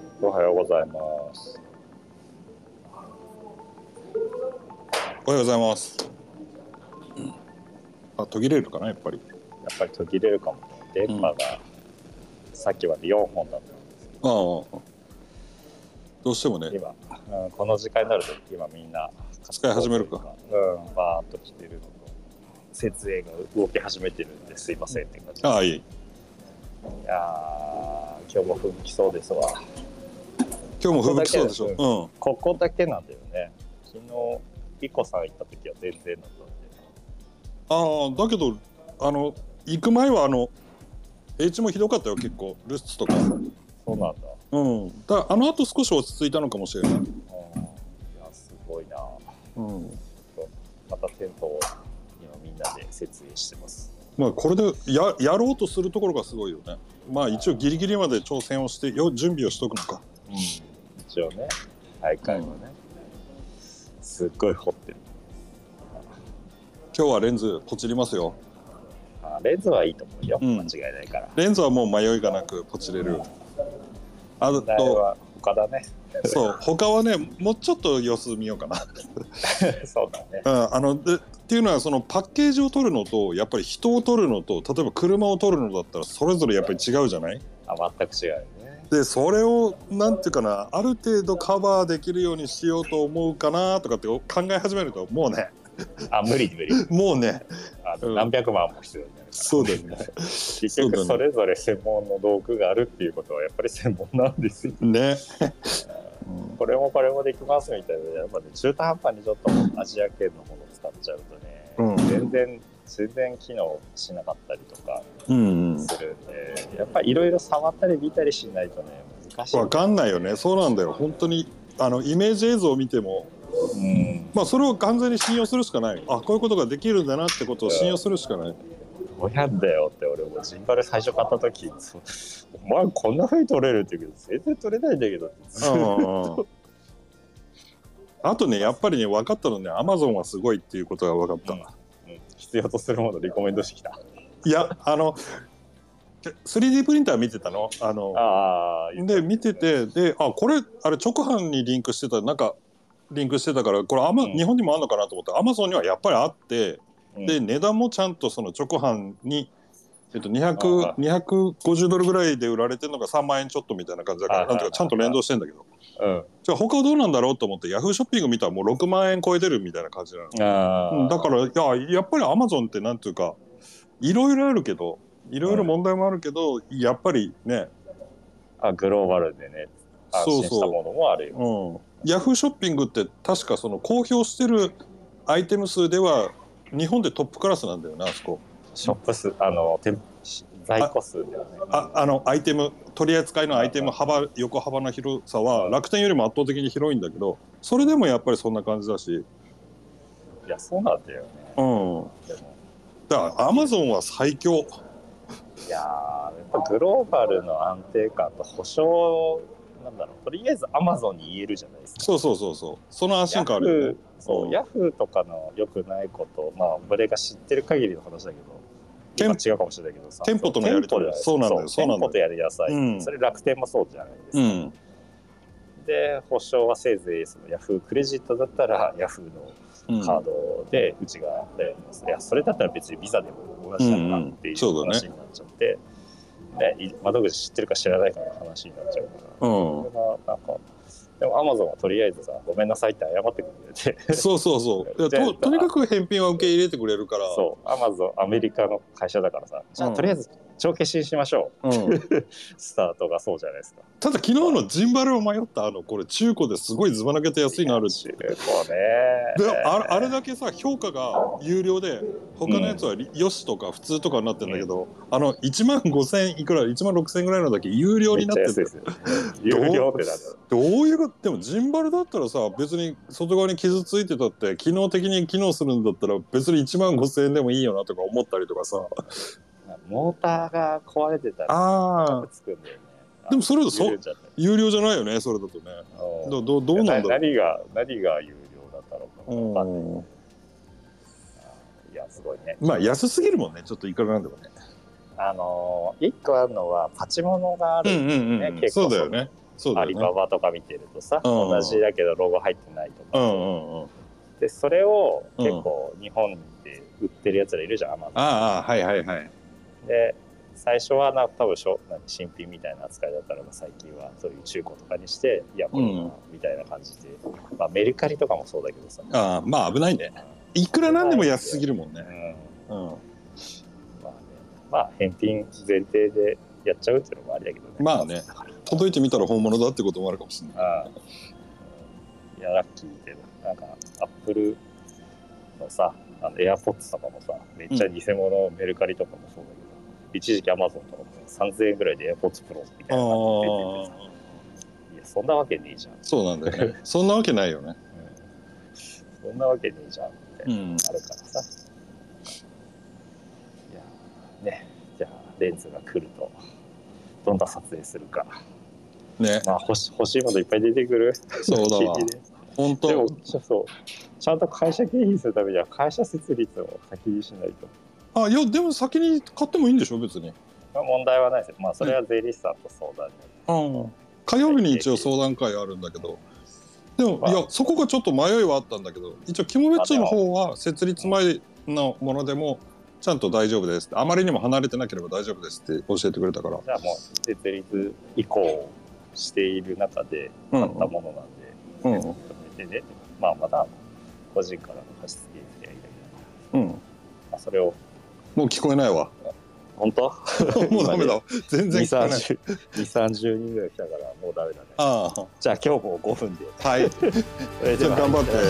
ございます。おはようございます。あ、途切れるかな、やっぱり。やっぱり途切れるかもね。電波が、さっきまで4本だったんですああ。どうしてもけね、ど、今、うん、この時間になると、今みんな、使い始めるか。うん、バーっと来てるのと、設営が動き始めてるんですいませんって感じ。ああ、いい。いやー今日も吹きそうですわ。今日も吹雪そうでしこょ。ここだけなんだよね。昨日、ピコさん行った時は全然だったんで。うん。ああ、だけど、あの、行く前は、あの、H もひどかったよ、結構。ルスツとか。そうなんだ。うん。だあの後少し落ち着いたのかもしれない。うん、いや、すごいな。うん。またテントを今みんなで設営してます。まあ、これでややろうとするところがすごいよね。まあ、一応ギリギリまで挑戦をして、よ準備をしとくのか。うん、一応ね、大会はね、すっごい掘ってる。今日はレンズポチりますよ。あレンズはいいと思うよ、うん間違いないから。レンズはもう迷いがなくポチれる。あ問題と、は他だね。 そう、他はね、もうちょっと様子見ようかな。そうだね。うん、あのでっていうのはそのパッケージを取るのとやっぱり人を取るのと例えば車を取るのだったらそれぞれやっぱり違うじゃないあ、全く違うよね。でそれをなんていうかなある程度カバーできるようにしようと思うかなとかって考え始めるともうねあ、無理無理。もうねあうのん何百万も必要になるから。そうだよね 結局それぞれ専門の道具があるっていうことはやっぱり専門なんですよ。ね、これもこれもできますみたいなやっぱね中途半端にちょっとアジア圏のもの使っちゃうとね、うん全然全然機能しなかったりとかうんうんするんでやっぱりいろいろ触ったり見たりしないとね難しいわかんないよねそうなんだよ本当にあのイメージ映像を見てもうんまあそれを完全に信用するしかないあこういうことができるんだなってことを信用するし かないどうやんだよって俺もジンバル最初買った時そうお前こんな風に取れるって言うけど全然取れないんだけどってずっとうんあとねやっぱりね分かったのねアマゾンはすごいっていうことが分かった、うん必要とするものリコメンドしてきたいやあの 3D プリンター見てたのあのああで見ててであこれあれ直販にリンクしてたなんかリンクしてたからこれアマ、うん日本にもあるのかなと思ってアマゾンにはやっぱりあってでで値段もちゃんとその直販に、えっと、あ200 250ドルぐらいで売られてるのが3万円ちょっとみたいな感じだかはらいなはいんはいていうかちゃんと連動してんだけどうんじゃあ他はどうなんだろうと思ってヤフーショッピング見たらもう6万円超えてるみたいな感じなの、あうん、ーだからいややっぱりアマゾンってなんていうかいろいろあるけどいろいろ問題もあるけど、やっぱりね、あグローバルでね安そ心しうたそものもあるよ。う、うん、ヤフーショッピングって確かその公表してるアイテム数では日本でトップクラスなんだよなあそこショップ数あの店在庫数だよね。ああのアイテム取り扱いのアイテム幅横幅の広さは楽天よりも圧倒的に広いんだけどそれでもやっぱりそんな感じだし、いやそうなんだよね。うん、でもだからアマゾンは最強いやーやっぱグローバルの安定感と保証なんだろうとりあえずアマゾンに言えるじゃないですか。そうそうそうそう。その安心感あるよね。ヤフーそう、うんヤフーとかの良くないことまあ俺が知ってる限りの話だけど。今違うかもしれないけどさ店舗とのやり取りそうそうなんだよそうなんだ店よ舗とやりなさい、うんそれ楽天もそうじゃないですか、うん。で保証はせいぜいそのヤフークレジットだったらヤフーのうんカードでうちがやります、いやそれだったら別にビザでも同じだなっていうんうんそううだね話になっちゃって、ねい窓口知ってるか知らないかの話になっちゃうから、うそれがなんかでもアマゾンはとりあえずさごめんなさいって謝ってくれ てん。そうそうそう。いやととにかく返品は受け入れてくれるから。そうアマゾンアメリカの会社だからさじゃあ、うんとりあえず帳消しにしましょううん。スタートがそうじゃないですかただ昨日のジンバルを迷ったあのこれ中古ですごいずば抜けて安いのあるし。中古ねであれあれだけさ評価が有料で他のやつはりよしとか普通とかになってんだけど、あの1万5000いくら1万6000ぐらいのだけ有料めっになっちゃて安いるですよね有料ってなるどういうことでもジンバルだったらさ別に外側に傷ついてたって機能的に機能するんだったら別に1万5,000円でもいいよなとか思ったりとかさモーターが壊れてたらああつくんだよね。でもそれそ緩うんじゃったり有料じゃないよねそれだとねどどどうなんだろう何が何が有料だったのかもわかんない。ういやすごいね。んまあ安すぎるもんねちょっといくらなんでもねあのー一個あるのはパチモノがある、うんうんうん、ね結構そうだよねそうだアよリねババとか見てるとさ、うん同じだけどロゴ入ってないとうか、んうんうんでそれを結構日本で売ってるやつらいるじゃんアマゾああはいはいはいンで最初はな多分しょなんか新品みたいな扱いだったら最近はそういう中古とかにしていやこれうんはみたいな感じで、まあ、メルカリとかもそうだけどさ、ああまあ危ないねいくらなんでも安すぎるもんねう、んうん、まあねまあ返品前提でやっちゃうっていうのもありだけどねまあね届いてみたら本物だってこともあるかもしれないあいやラッキーでなんかアップルのさあのエアポッツとかもさめっちゃ偽物、メルカリとかもそうだけど一時期アマゾンとかも3000円ぐらいでエアポッツプロみたいなのが出ててあさいやそんなわけねえじゃん、うそうなんだよ ねそんなわけないよねん、そんなわけねえじゃんみたいな、うんあるからさいやねじゃあレンズが来るとどんな撮影するかねまあ欲し欲しいものいっぱい出てくるそうだ わ地域で本でも当ちょっとちゃんと会社経費するためには会社設立を先にしないとあいやでも先に買ってもいいんでしょ別にまあ問題はないですよまあそれは税理士さんと相談にうん火曜日に一応相談会あるんだけどでもはいいやそこがちょっと迷いはあったんだけど一応キモベッチョの方は設立前のものでもちゃんと大丈夫ですってあまりにも離れてなければ大丈夫ですって教えてくれたからじゃあもう設立移行している中でう買んったものなんで、うん受け止めてねまあまだ個人からの貸し付けみたいな、うんまあ、それをもう聞こえないわ本当 もうダメだわ全然2聞こえない3 0 2人ぐらい来たからもうダメだねあじゃあ今日も5分であはいそれではちょっと頑張ってはい